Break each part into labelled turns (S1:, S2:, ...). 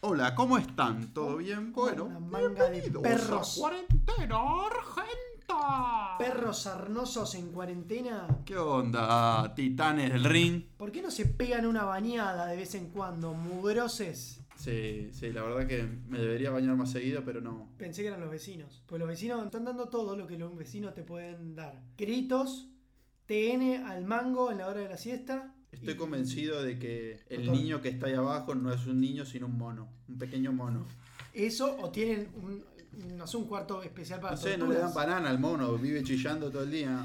S1: Hola, ¿cómo están? ¿Todo bien? Bueno,
S2: Una manga de
S1: bienvenidos
S2: perros.
S1: a Cuarentena Argenta.
S2: Perros sarnosos en cuarentena.
S1: ¿Qué onda, titanes del ring?
S2: ¿Por qué no se pegan una bañada de vez en cuando? Mugroses.
S1: Sí, sí, la verdad que me debería bañar más seguido, pero no.
S2: Pensé que eran los vecinos. Pues los vecinos están dando todo lo que los vecinos te pueden dar. Gritos, TN al mango en la hora de la siesta.
S1: Estoy
S2: Y-
S1: convencido de que el
S2: Total.
S1: niño que está ahí abajo no es un niño, sino un mono. Un pequeño mono.
S2: Eso, o tienen un, no sé, un cuarto especial
S1: No
S2: para
S1: sé, no le dan
S2: torturas.
S1: banana al mono, vive chillando todo el día.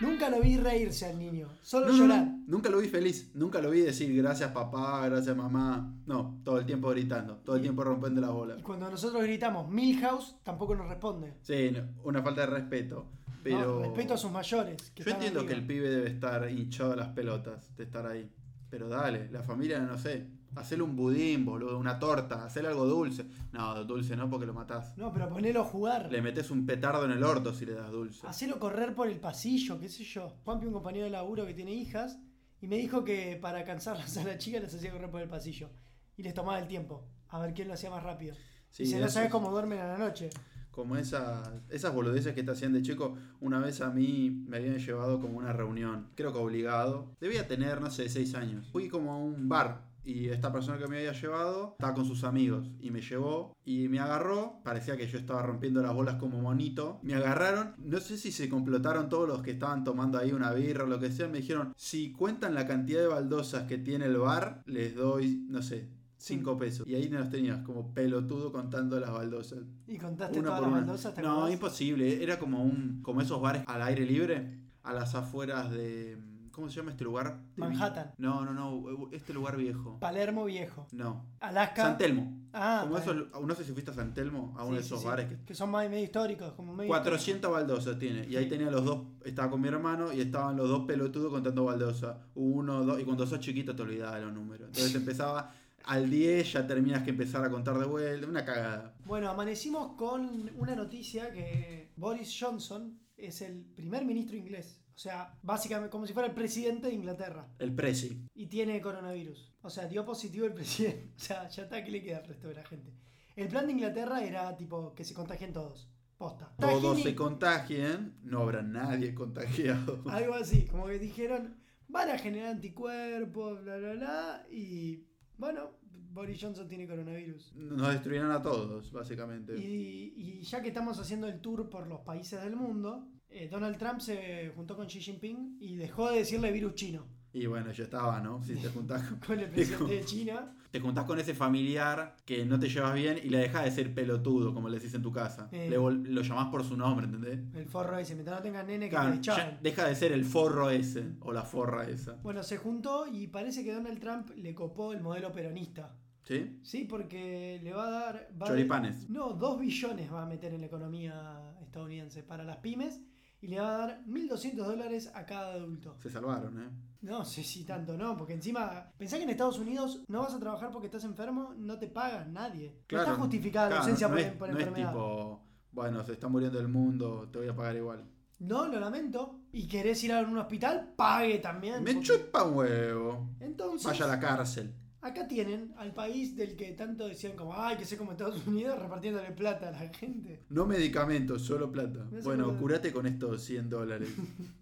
S2: Nunca lo vi reírse al niño. Solo
S1: No, no,
S2: llorar.
S1: no, nunca lo vi feliz, nunca lo vi decir gracias papá, gracias mamá. No, todo el tiempo gritando, todo el tiempo rompiendo las bolas.
S2: Y cuando nosotros gritamos Milhouse, tampoco nos responde.
S1: Sí, no, una falta de respeto. Pero.
S2: No, respeto a sus mayores. que
S1: Yo
S2: están
S1: entiendo que
S2: arriba.
S1: el pibe debe estar hinchado a las pelotas de estar ahí. Pero dale, la familia, no sé. Hacele un budín, boludo, una torta, hacele algo dulce. No, dulce no, porque lo matás.
S2: No, pero ponelo a jugar.
S1: Le metes un petardo en el orto si le das dulce.
S2: Hacelo correr por el pasillo, qué sé yo. Juanpi, un compañero de laburo que tiene hijas, y me dijo que para cansarlas a la chica las hacía correr por el pasillo. Y les tomaba el tiempo, a ver quién lo hacía más rápido.
S1: Sí,
S2: y se no
S1: eso
S2: sabe
S1: es-
S2: cómo duermen a la noche.
S1: Como esas, esas boludeces que te hacían de chico, una vez a mí me habían llevado como a una reunión, creo que obligado. Debía tener, no sé, seis años. Fui como a un bar y esta persona que me había llevado estaba con sus amigos y me llevó y me agarró. Parecía que yo estaba rompiendo las bolas como monito. Me agarraron, no sé si se complotaron todos los que estaban tomando ahí una birra o lo que sea. Me dijeron, si cuentan la cantidad de baldosas que tiene el bar, les doy, no sé. 5 pesos. Y ahí nos tenías como pelotudo contando las baldosas.
S2: Y contaste
S1: Una
S2: todas
S1: por
S2: las
S1: una.
S2: baldosas, ¿te
S1: No,
S2: acordás?
S1: imposible. Era como un como esos bares al aire libre, a las afueras de ¿cómo se llama este lugar? De-
S2: Manhattan.
S1: No, no, no, este lugar viejo.
S2: Palermo Viejo.
S1: No.
S2: Alaska.
S1: San Telmo.
S2: Ah,
S1: como
S2: Palermo.
S1: esos, no sé si fuiste a San Telmo, a uno
S2: Sí,
S1: de
S2: sí,
S1: esos
S2: sí,
S1: bares que
S2: que son más medio históricos, como medio
S1: 400 baldosas tiene. Y ahí tenía los dos. Estaba con mi hermano y estaban los dos pelotudos contando baldosas. Uno, dos. Y cuando sos chiquito te olvidabas de los números. Entonces empezaba al 10, ya terminas que empezar a contar de vuelta. Una cagada.
S2: Bueno, amanecimos con una noticia que Boris Johnson es el primer ministro inglés. O sea, básicamente como si fuera el presidente de Inglaterra.
S1: El presi.
S2: Y tiene coronavirus. O sea, dio positivo el presidente. O sea, ya está que le queda al resto de la gente. El plan de Inglaterra era tipo que se contagien todos. Posta.
S1: todos
S2: Contagien
S1: se
S2: y-
S1: contagien, no habrá nadie contagiado.
S2: Algo así, como que dijeron, van a generar anticuerpos, bla, bla, bla. Y bueno, Boris Johnson tiene coronavirus.
S1: Nos destruirán a todos, básicamente.
S2: Y, y ya que estamos haciendo el tour por los países del mundo, eh, Donald Trump se juntó con Xi Jinping y dejó de decirle virus chino
S1: Y bueno, ya estaba, ¿no? Si te juntás,
S2: con el presidente de China.
S1: te juntás con ese familiar que no te llevas bien y le dejas de ser pelotudo, como le decís en tu casa.
S2: Eh.
S1: Le vol- lo llamás por su nombre, ¿entendés?
S2: El forro ese, mientras no tengan nene que
S1: Claro,
S2: te
S1: ya
S2: echaban.
S1: deja de ser el forro ese o la forra esa.
S2: Bueno, se juntó y parece que Donald Trump le copó el modelo peronista.
S1: ¿Sí?
S2: Sí, porque le va a dar... va a-
S1: Choripanes.
S2: no, dos billones va a meter en la economía estadounidense para las pymes y le va a dar 1.200 dólares a cada adulto.
S1: Se salvaron, ¿eh?
S2: No sé si tanto no, porque encima, pensá que en Estados Unidos no vas a trabajar porque estás enfermo, no te pagas nadie. No
S1: Claro,
S2: está justificada la
S1: Claro,
S2: ausencia
S1: no
S2: por,
S1: es,
S2: por
S1: no es
S2: enfermedad.
S1: tipo, bueno, se está muriendo el mundo, te voy a pagar igual.
S2: No, lo lamento. Y querés ir a un hospital, pague también.
S1: Me
S2: porque-
S1: chupa un huevo.
S2: Entonces,
S1: Vaya a la cárcel.
S2: acá tienen al país del que tanto decían como, ay, que sé como Estados Unidos repartiéndole plata a la gente.
S1: No medicamentos, solo plata.
S2: Me hace
S1: Bueno,
S2: acordar.
S1: curate con estos 100 dólares,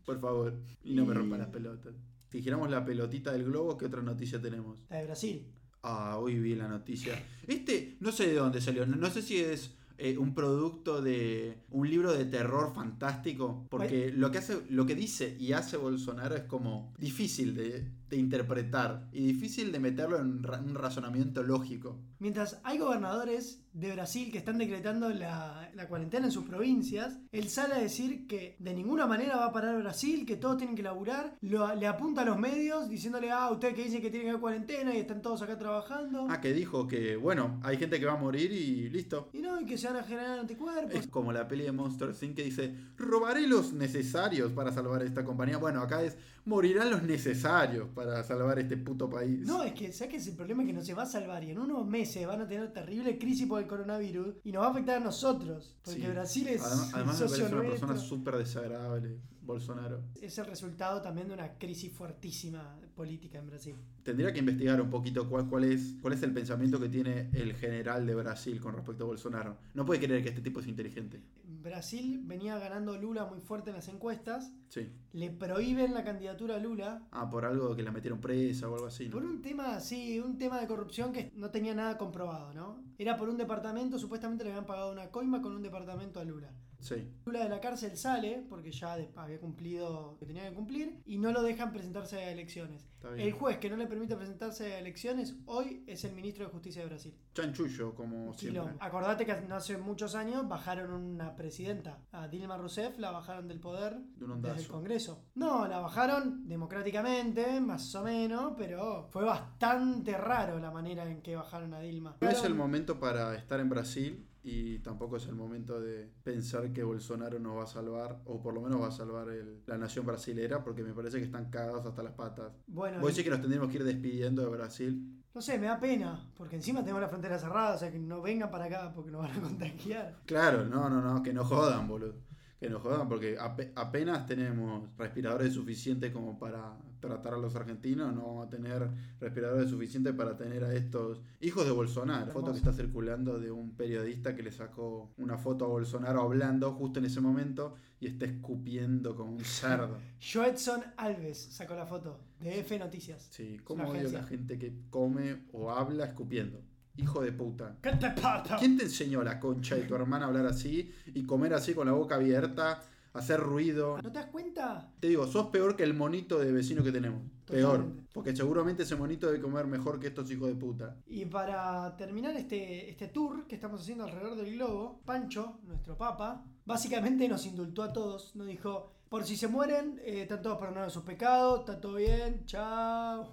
S1: por favor. Y no me
S2: Y-
S1: rompa las pelotas. Si giramos la pelotita del globo, ¿qué otra noticia tenemos?
S2: La de Brasil.
S1: Ah, hoy vi la noticia. Este, no sé de dónde salió. No, no sé si es eh, un producto de un libro de terror fantástico. Porque lo que, hace, lo que dice y hace Bolsonaro es como difícil de, de interpretar y difícil de meterlo en ra- un razonamiento lógico.
S2: Mientras hay gobernadores de Brasil que están decretando la, la cuarentena en sus provincias, él sale a decir que de ninguna manera va a parar Brasil, que todos tienen que laburar, Lo- le apunta a los medios diciéndole, ah, ustedes que dicen que tienen que haber cuarentena y están todos acá trabajando,
S1: Ah, que dijo que, bueno, hay gente que va a morir y listo.
S2: y no, y que se van a generar anticuerpos.
S1: Es como la peli de Monster Inc. que dice, robaré los necesarios para salvar esta compañía. Bueno, acá es, morirán los necesarios para salvar este puto país.
S2: No, es que, ¿sabes que es el problema? Es que no se va a salvar y en unos meses van a tener terrible crisis por el coronavirus y nos va a afectar a nosotros, porque
S1: Sí.
S2: Brasil es
S1: además, además me
S2: socio
S1: parece una
S2: nuestro.
S1: persona súper desagradable. Bolsonaro.
S2: Es el resultado también de una crisis fuertísima política en Brasil.
S1: Tendría que investigar un poquito cuál, cuál, es, cuál es el pensamiento que tiene el general de Brasil con respecto a Bolsonaro. No puede creer que este tipo es inteligente.
S2: Brasil venía ganando Lula muy fuerte en las encuestas,
S1: Sí.
S2: le prohíben la candidatura a Lula
S1: Ah, por algo que la metieron presa o algo así. ¿no?
S2: Por un tema así, un tema de corrupción que no tenía nada comprobado, ¿no? Era por un departamento, supuestamente le habían pagado una coima con un departamento a Lula.
S1: Sí.
S2: Lula de la cárcel sale, porque ya de- había cumplido lo que tenía que cumplir, y no lo dejan presentarse a elecciones.
S1: Está bien.
S2: El juez que no le permite presentarse a elecciones hoy es el ministro de Justicia de Brasil.
S1: Chanchullo, como siempre.
S2: Quilombo. Acordate que no hace muchos años bajaron una presidenta, a Dilma Rousseff, la bajaron del poder
S1: De un
S2: desde el
S1: ondazo.
S2: Congreso. No, la bajaron democráticamente, más o menos, pero fue bastante raro la manera en que bajaron a Dilma.
S1: No es el momento para estar en Brasil y tampoco es el momento de pensar que Bolsonaro nos va a salvar, o por lo menos va a salvar el- la nación brasilera, porque me parece que están cagados hasta las patas.
S2: Bueno,
S1: Voy a decir que nos tendríamos que ir despidiendo de Brasil.
S2: no sé, me da pena, porque encima tenemos la frontera cerrada, o sea que no vengan para acá porque nos van a contagiar.
S1: Claro, no, no, no, que no jodan, boludo. Que no jodan, porque ape- apenas tenemos respiradores suficientes como para tratar a los argentinos, no vamos a tener respiradores suficientes para tener a estos hijos de Bolsonaro. La foto que está circulando de un periodista que le sacó una foto a Bolsonaro hablando justo en ese momento y está escupiendo como un cerdo.
S2: Joedson Alves sacó la foto de F Noticias.
S1: Sí, cómo
S2: una
S1: odio
S2: agencia.
S1: la gente que come o habla escupiendo. Hijo de puta.
S2: ¿Qué te pasa?
S1: ¿Quién te enseñó la concha de tu hermana a hablar así y comer así con la boca abierta, hacer ruido?
S2: ¿No te das cuenta?
S1: Te digo, sos peor que el monito de vecino que tenemos. Peor.
S2: Totalmente.
S1: Porque seguramente ese monito debe comer mejor que estos hijos de puta.
S2: Y para terminar este, este tour que estamos haciendo alrededor del globo, Pancho, nuestro papa, básicamente nos indultó a todos. Nos dijo, por si se mueren, eh, están todos perdonados sus pecados, está todo bien, chao.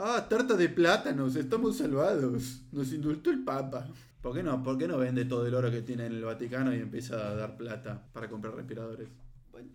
S1: Ah, tarta de plátanos, estamos salvados. Nos indultó el Papa. ¿Por qué no? ¿Por qué no vende todo el oro que tiene en el Vaticano y empieza a dar plata para comprar respiradores?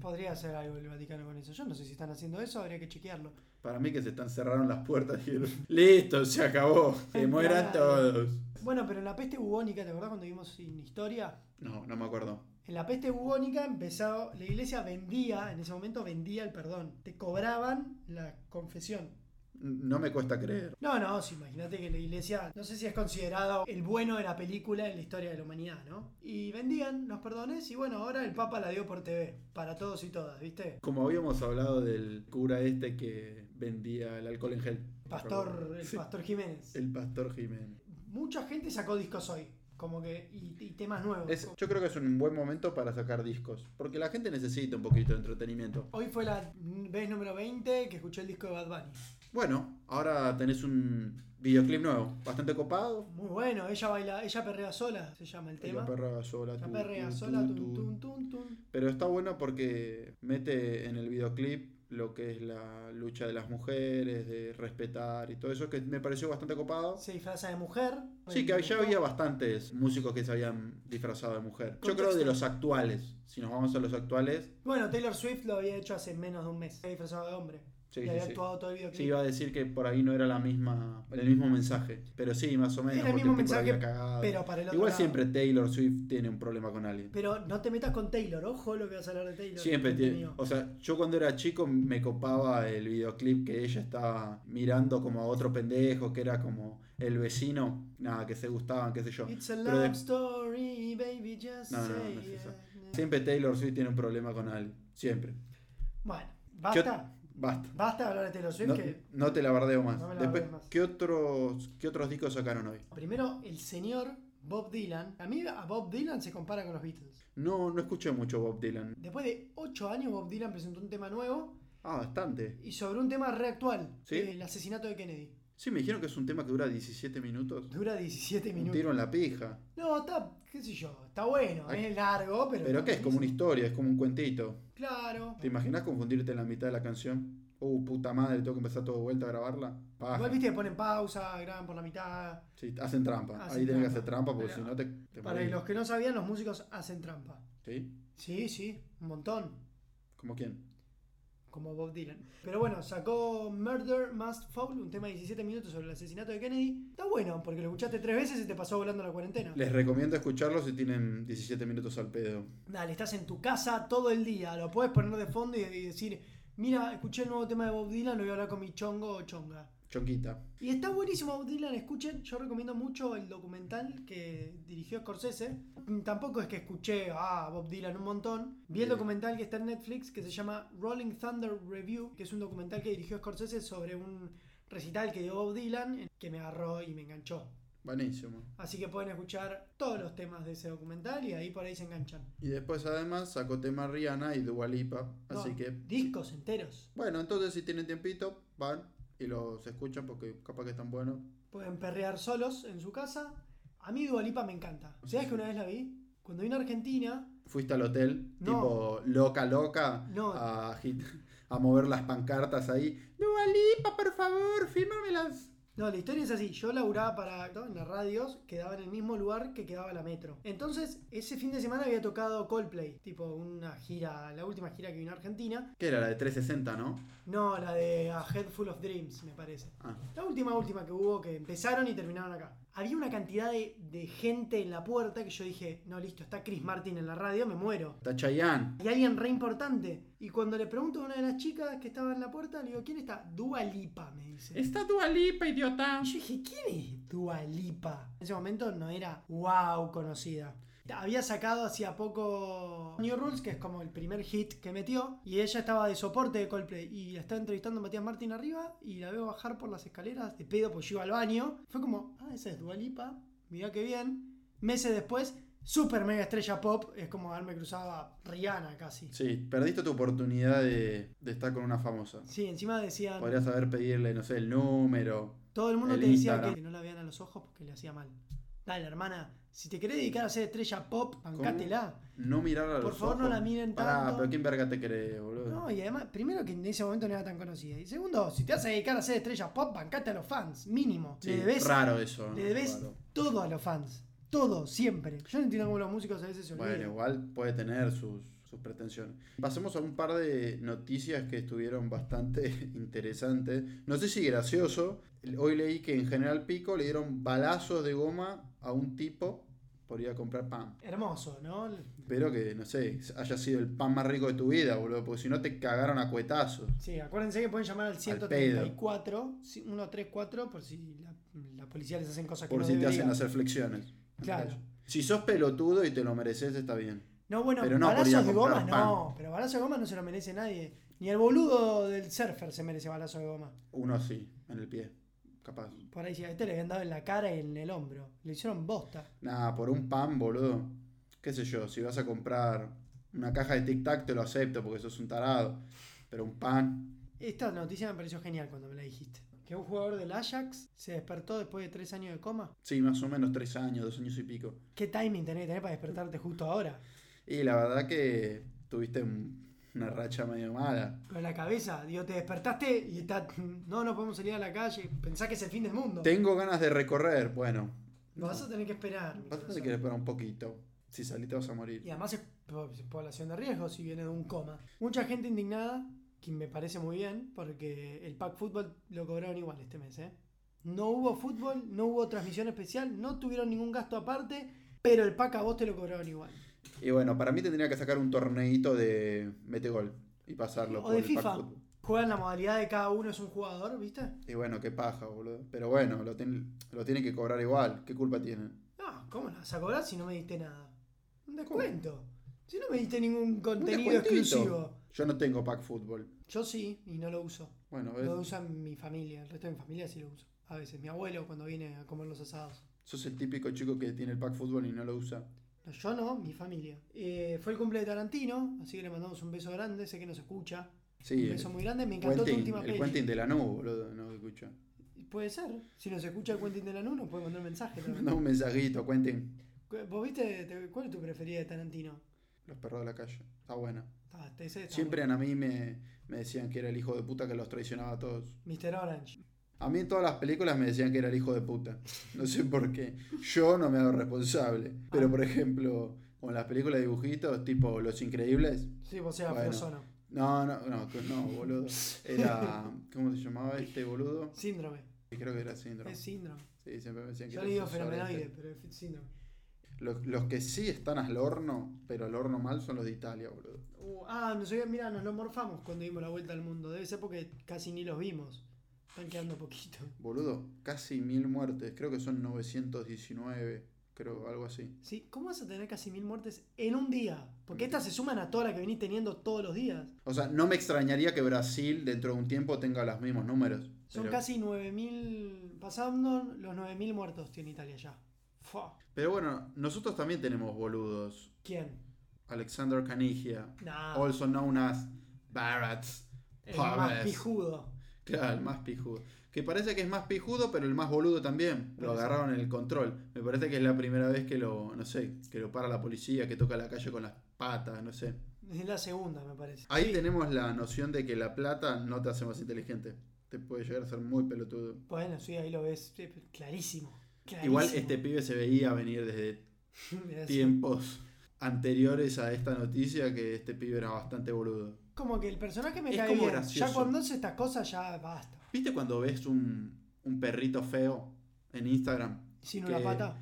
S2: Podría hacer algo el Vaticano con eso. Yo no sé si están haciendo eso, habría que chequearlo.
S1: Para mí que se están cerraron las puertas y dijeron, listo, se acabó. Que mueran todos.
S2: Bueno, pero en la peste bubónica, ¿te acordás cuando vimos sin historia?
S1: No, no me acuerdo.
S2: En la peste bubónica empezó, la iglesia vendía, en ese momento vendía el perdón. Te cobraban la confesión.
S1: No me cuesta creer.
S2: No, no, sí, imagínate que la iglesia, no sé si es considerado el bueno de la película en la historia de la humanidad, ¿no? Y vendían los perdones y bueno, ahora el Papa la dio por TV, para todos y todas, ¿viste?
S1: Como habíamos hablado del cura este que vendía el alcohol en gel.
S2: Pastor, el
S1: Sí,
S2: Pastor Jiménez.
S1: el pastor Jiménez.
S2: Mucha gente sacó discos hoy, como que, y, y temas nuevos.
S1: Es- yo creo que es un buen momento para sacar discos. Porque la gente necesita un poquito de entretenimiento.
S2: Hoy fue la vez número 20 que escuché el disco de Bad Bunny.
S1: Bueno, ahora tenés un videoclip nuevo. Bastante copado.
S2: Muy bueno, ella baila, ella perrea sola, se llama el
S1: Y La
S2: tema.
S1: perra sola.
S2: Ella
S1: tun,
S2: perrea
S1: tun,
S2: sola,
S1: tun, tun.
S2: tun, tun, tun, tun.
S1: Pero está bueno porque mete en el videoclip lo que es la lucha de las mujeres, de respetar y todo eso, que me pareció bastante copado.
S2: Se disfraza de mujer.
S1: Sí, que ya había bastantes músicos que se habían disfrazado de mujer. Yo creo de los actuales. Si nos vamos a los actuales,
S2: Bueno, Taylor Swift lo había hecho hace menos de un mes. Se había disfrazado de hombre.
S1: sí,
S2: y
S1: sí,
S2: había
S1: sí.
S2: actuado todo el videoclip.
S1: Sí, iba a decir que por ahí no era la misma, el mismo mensaje. Pero sí, más o menos.
S2: Era el
S1: porque
S2: mismo
S1: tipo la
S2: mensaje,
S1: había cagado.
S2: pero para el otro
S1: Igual
S2: lado.
S1: siempre Taylor Swift tiene un problema con alguien.
S2: Pero no te metas con Taylor, ojo lo que vas a hablar de Taylor.
S1: Siempre
S2: Dios
S1: tiene.
S2: mío.
S1: O sea, yo cuando era chico me copaba el videoclip que ella estaba mirando como a otro pendejo, que era como el vecino, nada, que se gustaban, qué sé yo.
S2: It's a
S1: Pero
S2: love
S1: de-
S2: story, baby, just
S1: No, no, no,
S2: say
S1: no es
S2: it.
S1: esa. Siempre Taylor Swift tiene un problema con alguien. Siempre.
S2: Bueno, basta.
S1: Basta.
S2: Basta de hablar de Taylor Swift
S1: No,
S2: que
S1: no te la bardeo más.
S2: No me la
S1: Después,
S2: bardeo más.
S1: ¿qué otros, ¿qué otros discos sacaron hoy?
S2: primero el señor Bob Dylan. A mí a Bob Dylan se compara con los Beatles.
S1: No, no escuché mucho Bob Dylan.
S2: Después de 8 años Bob Dylan presentó un tema nuevo
S1: Ah, bastante.
S2: y sobre un tema reactual, eh,
S1: ¿Sí?
S2: el asesinato de Kennedy.
S1: Sí, me dijeron que es un tema que dura 17 minutos.
S2: Dura 17
S1: Un
S2: minutos.
S1: tiro en la pija.
S2: No, está, qué sé yo, está bueno,
S1: Ay.
S2: es largo, pero...
S1: Pero
S2: está
S1: que es como una
S2: buenísimo.
S1: historia, es como un cuentito.
S2: Claro.
S1: ¿Te imaginas confundirte en la mitad de la canción? Uh, puta madre, tengo que empezar todo de vuelta a grabarla. Paja.
S2: Igual viste que ponen pausa, graban por la mitad.
S1: Sí, hacen trampa.
S2: Hacen
S1: Ahí tenés que
S2: trampa.
S1: hacer trampa porque si
S2: Pero-
S1: no te, te
S2: Para
S1: morís.
S2: los que no sabían, los músicos hacen trampa.
S1: ¿Sí?
S2: Sí, sí, un montón.
S1: ¿Como quién?
S2: como Bob Dylan. Pero bueno, sacó Murder Must Fall, un tema de 17 minutos sobre el asesinato de Kennedy. Está bueno, porque lo escuchaste tres veces y te pasó volando la cuarentena.
S1: Les recomiendo escucharlo si tienen 17 minutos al pedo.
S2: Dale, estás en tu casa todo el día, lo puedes poner de fondo y, y decir, mira, escuché el nuevo tema de Bob Dylan, lo voy a hablar con mi chongo o chonga.
S1: Chonquita.
S2: Y está buenísimo Bob Dylan, escuchen, yo recomiendo mucho el documental que dirigió Scorsese. Mm, Tampoco es que escuché a Bob Dylan un montón. Vi el
S1: Sí.
S2: documental que está en Netflix que se llama Rolling Thunder Review, que es un documental que dirigió Scorsese sobre un recital que dio Bob Dylan eh, que me agarró y me enganchó.
S1: Buenísimo.
S2: Así que pueden escuchar todos los temas de ese documental y ahí por ahí se enganchan.
S1: Y después además sacó tema Rihanna y Dua Lipa.
S2: No,
S1: Así que...
S2: Discos enteros.
S1: Bueno, entonces si tienen tiempito, van y los escuchan porque capaz que están buenos.
S2: Pueden perrear solos en su casa. A mí Dualipa me encanta. ¿Sabes que una vez la vi? Cuando vine a Argentina,
S1: Fuiste al hotel,
S2: No.
S1: tipo loca, loca,
S2: No.
S1: a, agit- a mover las pancartas ahí. Dua Lipa, por favor, fírmamelas.
S2: No, la historia es así. Yo laburaba para ¿no? en las radios, quedaba en el mismo lugar que quedaba la metro. Entonces, ese fin de semana había tocado Coldplay, tipo una gira, la última gira que vino a Argentina.
S1: Que era la de 360, ¿no?
S2: No, la de A Head Full of Dreams, me parece.
S1: Ah,
S2: La última, última que hubo, que empezaron y terminaron acá. Había una cantidad de, de gente en la puerta que yo dije, no, listo, está Chris Martin en la radio, me muero.
S1: está Chayanne.
S2: Y alguien re importante. Y cuando le pregunto a una de las chicas que estaba en la puerta, le digo, ¿quién está? Dua Lipa, me dice.
S1: Está Dua Lipa, idiota.
S2: Y yo dije, ¿quién es Dua Lipa? En ese momento no era wow conocida. Había sacado hacía poco New Rules, que es como el primer hit que metió, y ella estaba de soporte de Coldplay. Y la estaba entrevistando Matías Martín arriba, y la veo bajar por las escaleras de pedo, pues yo iba al baño. Fue como, ah, esa es Dua Lipa, mirá qué bien. Meses después, super mega estrella pop, es como haberme cruzado a Rihanna casi.
S1: Sí, perdiste tu oportunidad de, de estar con una famosa.
S2: Sí, encima decían,
S1: Podrías haber pedirle, no sé, el número.
S2: Todo el mundo
S1: El
S2: te decía
S1: Instagram.
S2: que no la vean a los ojos porque le hacía mal. Dale, hermana, si te querés dedicar a ser estrella pop, bancátela.
S1: No mirar a los
S2: Por favor, no
S1: ojos.
S2: la miren
S1: Pará,
S2: tanto.
S1: pero ¿quién verga te cree, boludo?
S2: No, y además, primero que en ese momento no era tan conocida. Y segundo, si te vas a dedicar a ser estrella pop, bancate a los fans, mínimo.
S1: sí,
S2: le debes,
S1: raro eso. ¿no?
S2: le debes
S1: Raro.
S2: todo a los fans. Todo, siempre. Yo no entiendo cómo los músicos a veces se olvidan.
S1: Bueno, igual puede tener sus, sus pretensiones. Pasemos a un par de noticias que estuvieron bastante interesantes. No sé si gracioso. Hoy leí que en General Pico le dieron balazos de goma a un tipo por ir a comprar pan.
S2: Hermoso, ¿no?
S1: Espero que, no sé, haya sido el pan más rico de tu vida, boludo, porque si no te cagaron a cuetazos.
S2: Sí, acuérdense que pueden llamar al 134, sí, 134, por si la, la policía les hacen cosas que
S1: Por
S2: no
S1: si te
S2: debería.
S1: hacen hacer flexiones.
S2: Claro.
S1: Si sos pelotudo y te lo mereces, está bien.
S2: No, bueno,
S1: Pero no podía
S2: balazos de goma
S1: comprar pan.
S2: no, pero balazo de goma no se lo merece nadie. Ni el boludo del surfer se merece balazo de goma.
S1: Uno sí, en el pie, capaz.
S2: Por ahí sí, a este le habían dado en la cara y en el hombro. Le hicieron bosta.
S1: Nada, por un pan, boludo. Qué sé yo, si vas a comprar una caja de Tic Tac te lo acepto porque sos un tarado. Pero un pan.
S2: Esta noticia me pareció genial cuando me la dijiste. Que un jugador del Ajax se despertó después de tres años de coma.
S1: Sí, más o menos tres años, dos años y pico.
S2: ¿Qué timing tenés que tener para despertarte justo ahora?
S1: Y la verdad que tuviste un- una racha medio mala.
S2: Pero la cabeza, digo, te despertaste y está. No, no podemos salir a la calle. Pensá que es el fin del mundo.
S1: Tengo ganas de recorrer, bueno.
S2: Vas a tener que esperar. mi
S1: Vas a tener
S2: corazón.
S1: que esperar un poquito. Si salís te vas a morir.
S2: Y además es po- población de riesgo si viene de un coma. Mucha gente indignada, que me parece muy bien, porque el pack fútbol lo cobraron igual este mes. ¿eh? No hubo fútbol, no hubo transmisión especial, no tuvieron ningún gasto aparte, pero el pack a vos te lo cobraron igual.
S1: Y bueno, para mí tendría que sacar un torneito de mete gol y pasarlo
S2: O de
S1: el pack
S2: FIFA.
S1: fútbol.
S2: Juegan la modalidad de cada uno es un jugador, ¿viste?
S1: Y bueno, qué paja, boludo. Pero bueno, lo, ten- lo tiene que cobrar igual. ¿Qué culpa tiene?
S2: No, ¿cómo no vas a cobrar si no me diste nada? Un descuento. Si no me diste ningún contenido
S1: descuentito.
S2: exclusivo.
S1: Yo no tengo pack fútbol.
S2: Yo sí, y no lo uso.
S1: Bueno,
S2: Lo
S1: ¿ves?
S2: usa mi familia, el resto de mi familia sí lo usa. A veces, mi abuelo cuando viene a comer los asados.
S1: sos el típico chico que tiene el pack fútbol y no lo usa.
S2: No, yo no, mi familia. Eh, fue el cumple de Tarantino, así que le mandamos un beso grande, sé que nos escucha.
S1: Sí,
S2: un beso muy grande, me encantó tu
S1: Quentin,
S2: última
S1: el
S2: peli.
S1: Quentin de la nube, boludo, no escucha.
S2: Puede ser, si nos escucha Quentin de la nos puede mandar un mensaje también.
S1: Manda un mensajito, Quentin.
S2: Cu- ¿Vos viste te- cuál es tu preferida de Tarantino?
S1: Los perros de la calle. Está buena.
S2: Ah, este- ese está
S1: Siempre a mí me, me decían que era el hijo de puta que los traicionaba a todos.
S2: bueno. Mr. Orange.
S1: A mí en todas las películas me decían que era el hijo de puta. No sé por qué. Yo no me hago responsable. Pero por ejemplo, con las películas de dibujitos, tipo Los Increíbles,
S2: Sí, vos seas
S1: Bueno.
S2: filósono.
S1: No, no, no, no, boludo. Era. ¿Cómo se llamaba este boludo?
S2: Síndrome.
S1: Creo que era síndrome.
S2: Es síndrome.
S1: Sí, siempre me decían que
S2: Yo
S1: era
S2: le digo
S1: ese sorete.
S2: fenomenoide, pero es síndrome.
S1: Los, los que sí están al horno, pero al horno mal, son los de Italia, boludo.
S2: Uh, ah, no sé, mira, nos lo morfamos cuando dimos la vuelta al mundo. Debe ser porque casi ni los vimos. Están quedando poquito.
S1: Boludo, casi mil muertes. Creo que son 919, creo, algo así.
S2: Sí, ¿cómo vas a tener casi mil muertes en un día? Porque estas se suman a todas las que venís teniendo todos los días.
S1: O sea, no me extrañaría que Brasil dentro de un tiempo tenga los mismos números.
S2: Son
S1: pero-
S2: casi 9.000, pasando los 9.000 muertos tiene Italia ya. Fua.
S1: Pero bueno, nosotros también tenemos boludos.
S2: ¿Quién?
S1: Alexander Canigia,
S2: Nah,
S1: also known as Barrett.
S2: Ah. el más
S1: James.
S2: pijudo.
S1: Claro, el más pijudo. Que parece que es más pijudo, pero el más boludo también. Lo
S2: Puede ser.
S1: agarraron en el control. Me parece que es la primera vez que lo, no sé, que lo para la policía, que toca la calle con las patas, no sé.
S2: Es la segunda, me parece.
S1: Ahí
S2: Sí,
S1: tenemos la noción de que la plata no te hace más inteligente. Te puede llegar a ser muy pelotudo.
S2: Bueno, sí, ahí lo ves sí, clarísimo.
S1: Igual
S2: clarísimo.
S1: este pibe se veía venir desde
S2: Era así.
S1: tiempos anteriores a esta noticia que este pibe era bastante boludo.
S2: Como que el personaje me
S1: Es
S2: cae
S1: como
S2: bien. Ya
S1: gracioso.
S2: cuando hace estas cosas ya basta.
S1: ¿Viste cuando ves un, un perrito feo en Instagram?
S2: Sin
S1: Que-
S2: una pata.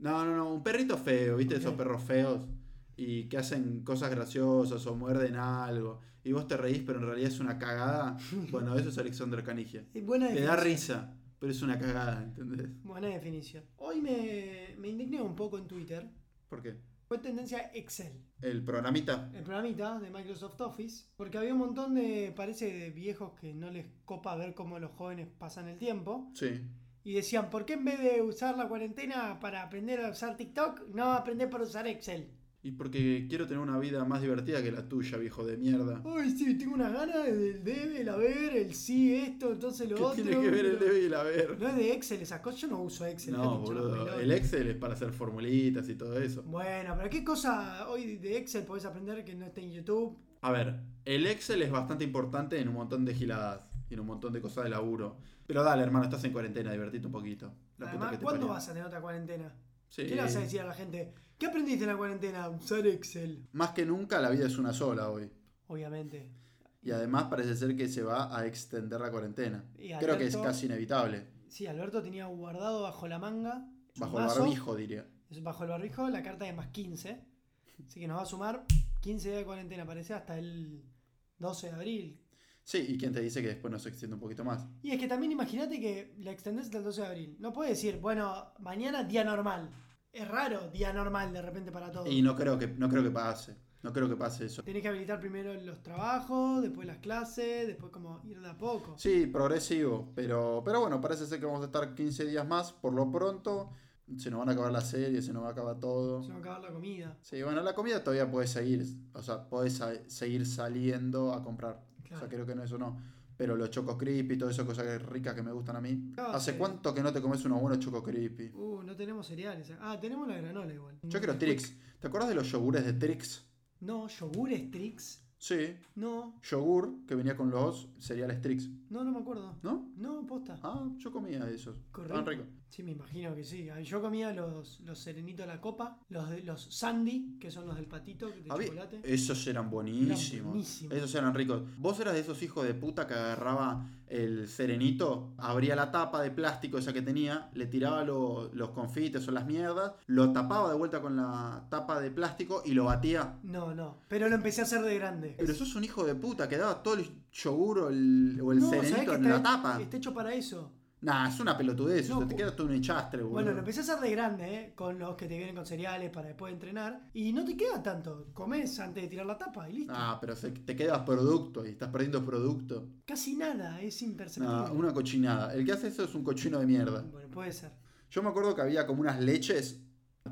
S1: No, no, no, un perrito feo, ¿viste? Esos
S2: Ok.
S1: perros feos y que hacen cosas graciosas o muerden algo y vos te reís, pero en realidad es una cagada. Bueno, eso es Alexander Canigia.
S2: Eh, Buena
S1: Te da
S2: definición.
S1: risa, pero es una cagada, ¿entendés?
S2: Buena definición. Hoy me, me indigné un poco en Twitter.
S1: ¿Por qué?
S2: Fue tendencia Excel.
S1: El programita.
S2: el programita de Microsoft Office, porque había un montón de, parece, de viejos que no les copa ver cómo los jóvenes pasan el tiempo.
S1: Sí.
S2: Y decían, ¿por qué en vez de usar la cuarentena para aprender a usar TikTok, no aprender para usar Excel?
S1: Y porque quiero tener una vida más divertida que la tuya, viejo de mierda.
S2: Ay, sí, tengo unas ganas del debe, el haber, el sí, esto, entonces lo
S1: ¿Qué
S2: otro.
S1: tiene que ver el
S2: pero-
S1: débil a ver?
S2: No es de Excel esas cosas, yo no uso Excel.
S1: No,
S2: déjate hinchar las
S1: boludo.
S2: pelotas.
S1: El Excel es para hacer formulitas y todo eso.
S2: Bueno, pero ¿qué cosa hoy de Excel podés aprender que no esté en YouTube?
S1: A ver, el Excel es bastante importante en un montón de giladas y en un montón de cosas de laburo. Pero dale, hermano, estás en cuarentena, divertite un poquito. La puta que
S2: Además,
S1: te
S2: ¿cuándo
S1: parió.
S2: vas a tener otra cuarentena?
S1: Sí.
S2: ¿Qué le vas a decir a la gente? ¿Qué aprendiste en la cuarentena? Usar Excel.
S1: Más que nunca la vida es una sola hoy.
S2: Obviamente.
S1: Y además parece ser que se va a extender la cuarentena.
S2: Y
S1: Creo que es
S2: Alberto-
S1: casi inevitable.
S2: Sí, Alberto tenía guardado bajo la manga. su
S1: Bajo el
S2: mazo,
S1: barbijo, diría.
S2: es- Bajo el barbijo, la carta de más 15. Así que nos va a sumar 15 días de cuarentena, parece, hasta el 12 de abril.
S1: Sí, y quién te dice que después no se extiende un poquito más.
S2: Y es que también imagínate que la extendés hasta el 12 de abril. No puedes decir, bueno, mañana día normal. Es raro día normal de repente para todos.
S1: Y no creo que, no creo que pase. No creo que pase eso.
S2: Tenés que habilitar primero los trabajos, después las clases, después como ir de a poco.
S1: Sí, progresivo, pero, pero bueno, parece ser que vamos a estar 15 días más por lo pronto. Se nos van a acabar las series, se nos va a acabar todo.
S2: Se va a acabar la comida.
S1: Sí, bueno, la comida todavía puedes seguir, o sea, puedes seguir saliendo a comprar. O sea,
S2: Claro.
S1: creo que no eso no. Pero los chocos creepy, todas esas cosas que- ricas que me gustan a mí.
S2: Ah,
S1: ¿Hace
S2: sí.
S1: cuánto que no te comes unos buenos chocos creepy?
S2: Uh, no tenemos cereales. Ah, tenemos la granola igual.
S1: Yo quiero Trix. ¿Te acuerdas de los yogures de Trix?
S2: No, yogures Trix.
S1: Sí,
S2: No,
S1: yogur que venía con los cereales Trix,
S2: no, no me acuerdo.
S1: ¿no?
S2: No, posta.
S1: Ah, yo comía esos.
S2: Correcto.
S1: Estaban ricos.
S2: Sí, me imagino que sí. Ah, Yo comía los, los serenitos a la copa, los, de- los sandy, que son los del patito de
S1: Había-
S2: chocolate.
S1: Esos eran buenísimos.
S2: Eran buenísimos.
S1: Esos eran ricos. Vos eras de esos hijos de puta que agarraba el serenito, abría la tapa de plástico esa que tenía, le tiraba lo- los confites o las mierdas, lo tapaba de vuelta con la tapa de plástico y lo batía.
S2: No, no. Pero lo empecé a hacer de grande.
S1: Pero sos un hijo de puta que daba todo el yogur o el, o el
S2: no, ¿sabés
S1: serenito
S2: que
S1: en
S2: está,
S1: la tapa.
S2: Está hecho para eso.
S1: Nah, es una pelotudez.
S2: No,
S1: o sea, te
S2: ju-
S1: quedas todo un enchastre, boludo.
S2: Bueno, lo empecé a hacer de grande, ¿eh? Con los que te vienen con cereales para después entrenar. Y no te queda tanto. Comes antes de tirar la tapa y listo.
S1: Ah, pero se- te quedas producto y estás perdiendo producto.
S2: Casi nada, es imperceptible.
S1: Nah, una cochinada. El que hace eso es un cochino de mierda.
S2: Bueno, puede ser.
S1: Yo me acuerdo que había como unas leches,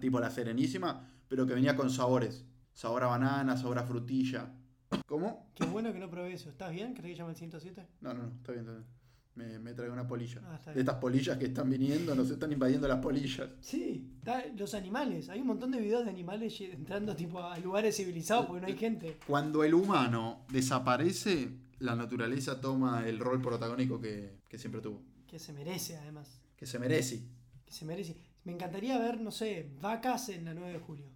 S1: tipo la serenísima, pero que venía con sabores. Sabor a banana, sabor a frutilla. ¿Cómo?
S2: Qué bueno que no probé eso. ¿Estás bien? ¿Crees que llama el 107?
S1: No, no, no, está bien, está bien. Me, me traigo una polilla.
S2: Ah, está
S1: De
S2: bien.
S1: estas polillas que están viniendo, nos están invadiendo las polillas.
S2: Sí, está- los animales. Hay un montón de videos de animales ye- entrando tipo a lugares civilizados porque no hay gente.
S1: Cuando el humano desaparece, la naturaleza toma el rol protagónico que, que siempre tuvo.
S2: Que se merece, además.
S1: Que se merece.
S2: Que se merece. Me encantaría ver, no sé, vacas en la 9 de julio.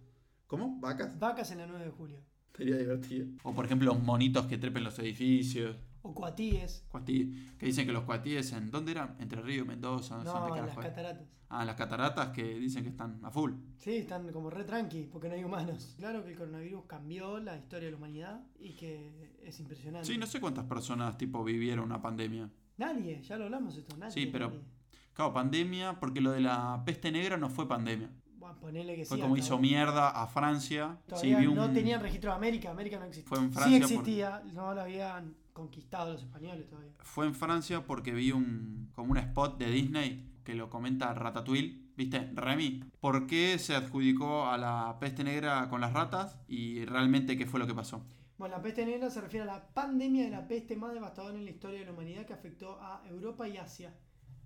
S1: ¿Cómo? ¿Vacas?
S2: Vacas en la 9 de julio.
S1: Sería divertido. O por ejemplo, los monitos que trepen los edificios.
S2: O cuatíes.
S1: Cuatí- que dicen que los cuatíes en. ¿Dónde eran? Entre Río, Mendoza, no, sé dónde
S2: No, en las
S1: carajo era.
S2: cataratas.
S1: Ah, las cataratas que dicen que están a full.
S2: Sí, están como re tranqui porque no hay humanos. Claro que el coronavirus cambió la historia de la humanidad y que es impresionante.
S1: Sí, no sé cuántas personas tipo vivieron una pandemia.
S2: Nadie, ya lo hablamos esto, nadie.
S1: Sí, pero-
S2: nadie.
S1: Claro, pandemia, porque lo de la peste negra no fue pandemia.
S2: Bueno, ponele que
S1: Fue
S2: sí,
S1: como
S2: hasta
S1: hizo
S2: ahora.
S1: mierda a Francia. Sí,
S2: Todavía
S1: vi un-
S2: no tenían registro de América, América no existía.
S1: Fue en
S2: sí
S1: Francia por-
S2: existía, no lo habían conquistado los españoles todavía.
S1: Fue en Francia porque vi un como un spot de Disney que lo comenta Ratatouille. ¿Viste? Remy. ¿Por qué se adjudicó a la peste negra con las ratas? Y realmente qué fue lo que pasó.
S2: Bueno, la peste negra se refiere a la pandemia de la peste más devastadora en la historia de la humanidad que afectó a Europa y Asia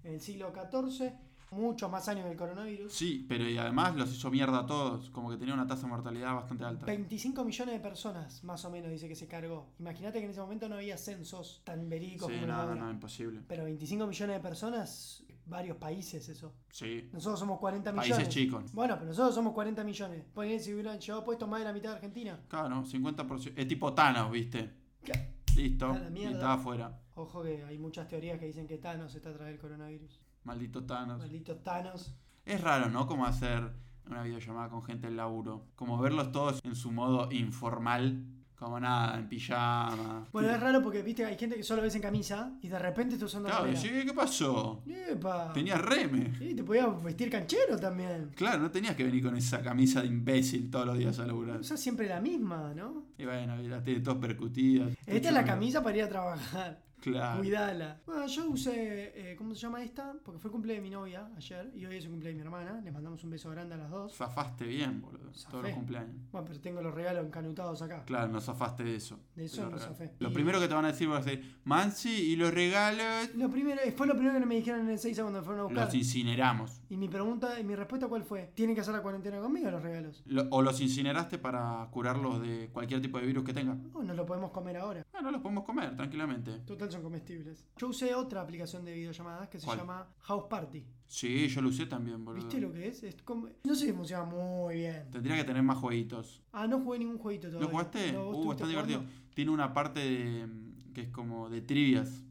S2: en el siglo XIV, muchos más años del coronavirus.
S1: Sí, pero y además los hizo mierda a todos. Como que tenía una tasa de mortalidad bastante alta.
S2: 25 millones de personas, más o menos, dice que se cargó. Imagínate que en ese momento no había censos tan verídicos
S1: Sí,
S2: como los de
S1: no, no,
S2: ahora.
S1: no, imposible.
S2: Pero 25 millones de personas, varios países eso.
S1: Sí.
S2: Nosotros somos 40 millones.
S1: Países chicos.
S2: Bueno, pero nosotros somos 40 millones. Ponen si hubieran llevado puesto más de la mitad de Argentina.
S1: Claro, 50%. Es tipo Thanos, ¿viste?
S2: Claro.
S1: Listo.
S2: A la
S1: Y
S2: mierda.
S1: estaba afuera.
S2: Ojo que hay muchas teorías que dicen que Thanos está atrás del coronavirus.
S1: Maldito Thanos.
S2: Maldito Thanos.
S1: Es raro, ¿no? Como hacer una videollamada con gente del laburo. Como verlos todos en su modo informal. Como nada, en pijama.
S2: Bueno, es raro porque, viste, hay gente que solo ves en camisa y de repente está usando
S1: Claro,
S2: remera.
S1: decís, ¿qué pasó?
S2: ¡Epa!
S1: Tenías reme.
S2: Sí, te podías vestir canchero también.
S1: Claro, no tenías que venir con esa camisa de imbécil todos los días a laburar.
S2: Usás siempre la misma, ¿no?
S1: Y bueno, y las tienes todas percutidas.
S2: Esta es la camisa para ir a trabajar.
S1: Claro.
S2: Cuidala. Bueno, yo usé, eh, ¿cómo se llama esta? Porque fue el cumple de mi novia ayer y hoy es el cumple de mi hermana. Les mandamos un beso grande a las dos.
S1: Zafaste bien, boludo. Todos los
S2: Zafé.
S1: cumpleaños.
S2: Bueno, pero tengo los regalos encanutados acá.
S1: Claro, no zafaste de eso.
S2: De eso
S1: Te lo
S2: no
S1: regalo.
S2: zafé.
S1: Lo
S2: Y-
S1: primero que te van a decir va a ser, Mansi, y los regalos
S2: Lo primero, fue lo primero que me dijeron en el 6 cuando me fueron a buscar.
S1: los incineramos.
S2: Y mi pregunta, y mi respuesta cuál fue? ¿Tienen que hacer la cuarentena conmigo los regalos?
S1: Lo- o los incineraste para curarlos de cualquier tipo de virus que tengan.
S2: Oh, no lo podemos comer ahora.
S1: Bueno, los podemos comer tranquilamente.
S2: Total son comestibles. Yo usé otra aplicación de videollamadas que se
S1: ¿Cuál?
S2: llama House Party.
S1: Sí, yo lo usé también, boludo.
S2: ¿Viste lo que es? Es como- No sé si funciona muy bien.
S1: Tendría que tener más jueguitos.
S2: Ah, no jugué ningún jueguito todavía.
S1: ¿Lo jugaste?
S2: No, ¿vos
S1: uh, está
S2: estuviste jugando?
S1: divertido. Tiene una parte de, mm, que es como de trivias.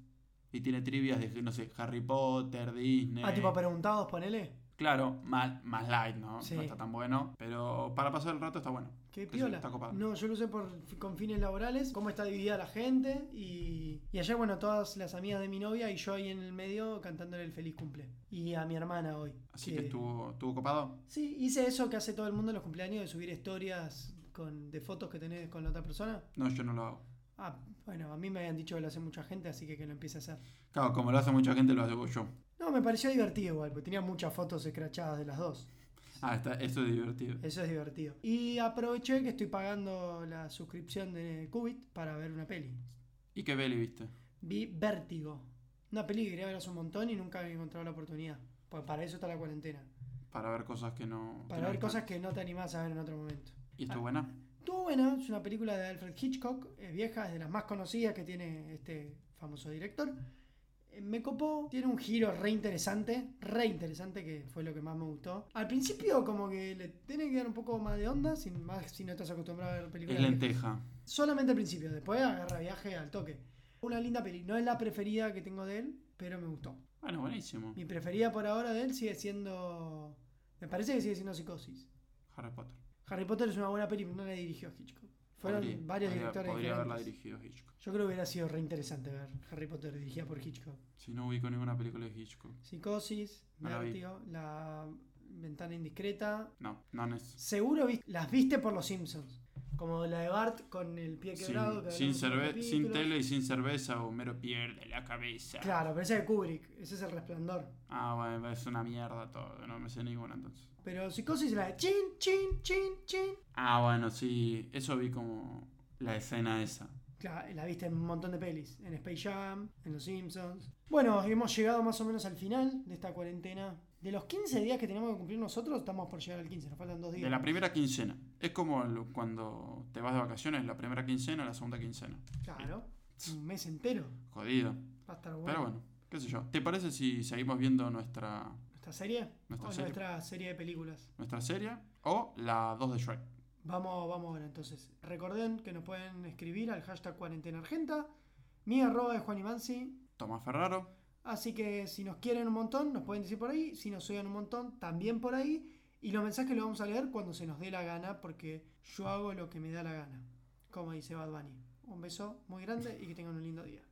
S1: Y tiene trivias de, no sé, Harry Potter, Disney.
S2: Ah, tipo preguntados, ponele.
S1: Claro, más, más light, ¿no?
S2: Sí.
S1: No está tan bueno. Pero para pasar el rato está bueno.
S2: Qué
S1: Eso
S2: piola.
S1: está copado.
S2: No, yo lo usé por, con fines laborales, cómo está dividida la gente. Y, y ayer, bueno, todas las amigas de mi novia y yo ahí en el medio cantándole el feliz cumple. Y a mi hermana hoy.
S1: Así que estuvo, estuvo copado.
S2: Sí, hice eso que hace todo el mundo en los cumpleaños de subir historias con, de fotos que tenés con la otra persona.
S1: No, yo no lo hago.
S2: Ah, bueno, a mí me habían dicho que lo hace mucha gente, así que que lo empiece a hacer.
S1: Claro, como lo hace mucha gente, lo hago yo.
S2: No, me pareció divertido igual, porque tenía muchas fotos escrachadas de las dos.
S1: Ah, está, esto es divertido.
S2: Eso es divertido. Y aproveché que estoy pagando la suscripción de Qubit para ver una peli.
S1: ¿Y qué peli viste?
S2: Vi Vértigo. Una peli que quería ver hace un montón y nunca había encontrado la oportunidad. Porque para eso está la cuarentena.
S1: Para ver cosas que no. que
S2: Para
S1: no
S2: ver
S1: están.
S2: cosas Ah, que no te animás a ver en otro momento.
S1: ¿Y esto es buena?
S2: Estuvo buena, es una película de Alfred Hitchcock, es vieja, es de las más conocidas que tiene este famoso director. Eh, Me copó, tiene un giro re interesante, re interesante que fue lo que más me gustó. Al principio como que le tiene que dar un poco más de onda, sin más si no estás acostumbrado a ver películas.
S1: Es
S2: viejas.
S1: lenteja.
S2: Solamente al principio, después agarra viaje al toque. Una linda peli, no es la preferida que tengo de él, pero me gustó.
S1: Bueno, buenísimo.
S2: Mi preferida por ahora de él sigue siendo... Me parece que sigue siendo Psicosis.
S1: Harry Potter.
S2: Harry Potter es una buena peli, no la dirigió Hitchcock. Fueron
S1: Podría-
S2: varios
S1: podría-
S2: directores
S1: Podría haberla
S2: diferentes.
S1: dirigido Hitchcock.
S2: Yo creo que hubiera sido re interesante ver Harry Potter dirigida por Hitchcock.
S1: Si no ubico ninguna película de Hitchcock.
S2: Psicosis,
S1: No la vi.
S2: Vértigo, La Ventana Indiscreta.
S1: No, no es.
S2: Seguro viste- las viste por los Simpsons. Como la de Bart con el pie
S1: Sin,
S2: quebrado. que
S1: sin,
S2: hablamos en un
S1: cerve- sin
S2: capítulo.
S1: tele y sin cerveza, Homero pierde la cabeza.
S2: Claro, pero ese es de Kubrick, ese es el resplandor.
S1: Ah, bueno, es una mierda todo. No me sé ninguna entonces.
S2: Pero Psicosis la de chin, chin, chin, chin.
S1: Ah, bueno, sí. Eso vi como la escena esa.
S2: Claro, la viste en un montón de pelis, en Space Jam, en Los Simpsons. Bueno, hemos llegado más o menos al final de esta cuarentena. De los 15 días que tenemos que cumplir nosotros, estamos por llegar al 15, nos faltan dos días.
S1: De la primera quincena. Es como lo- cuando te vas de vacaciones, la primera quincena, la segunda quincena.
S2: Claro, un mes entero.
S1: Jodido.
S2: Va a estar bueno.
S1: Pero bueno, qué sé yo. ¿Te parece si seguimos viendo nuestra,
S2: ¿Nuestra serie?
S1: Nuestra
S2: O
S1: serie.
S2: nuestra serie de películas.
S1: nuestra serie o la 2 de Shrek?
S2: Vamos, vamos ahora entonces. Recuerden que nos pueden escribir al hashtag cuarentena argenta. Mi arroba es Juan Imansi.
S1: Tomás Ferraro.
S2: Así que si nos quieren un montón, nos pueden decir por ahí. Si nos oigan un montón, también por ahí. Y los mensajes los vamos a leer cuando se nos dé la gana, porque yo hago lo que me da la gana. Como dice Bad Bunny. Un beso muy grande y que tengan un lindo día.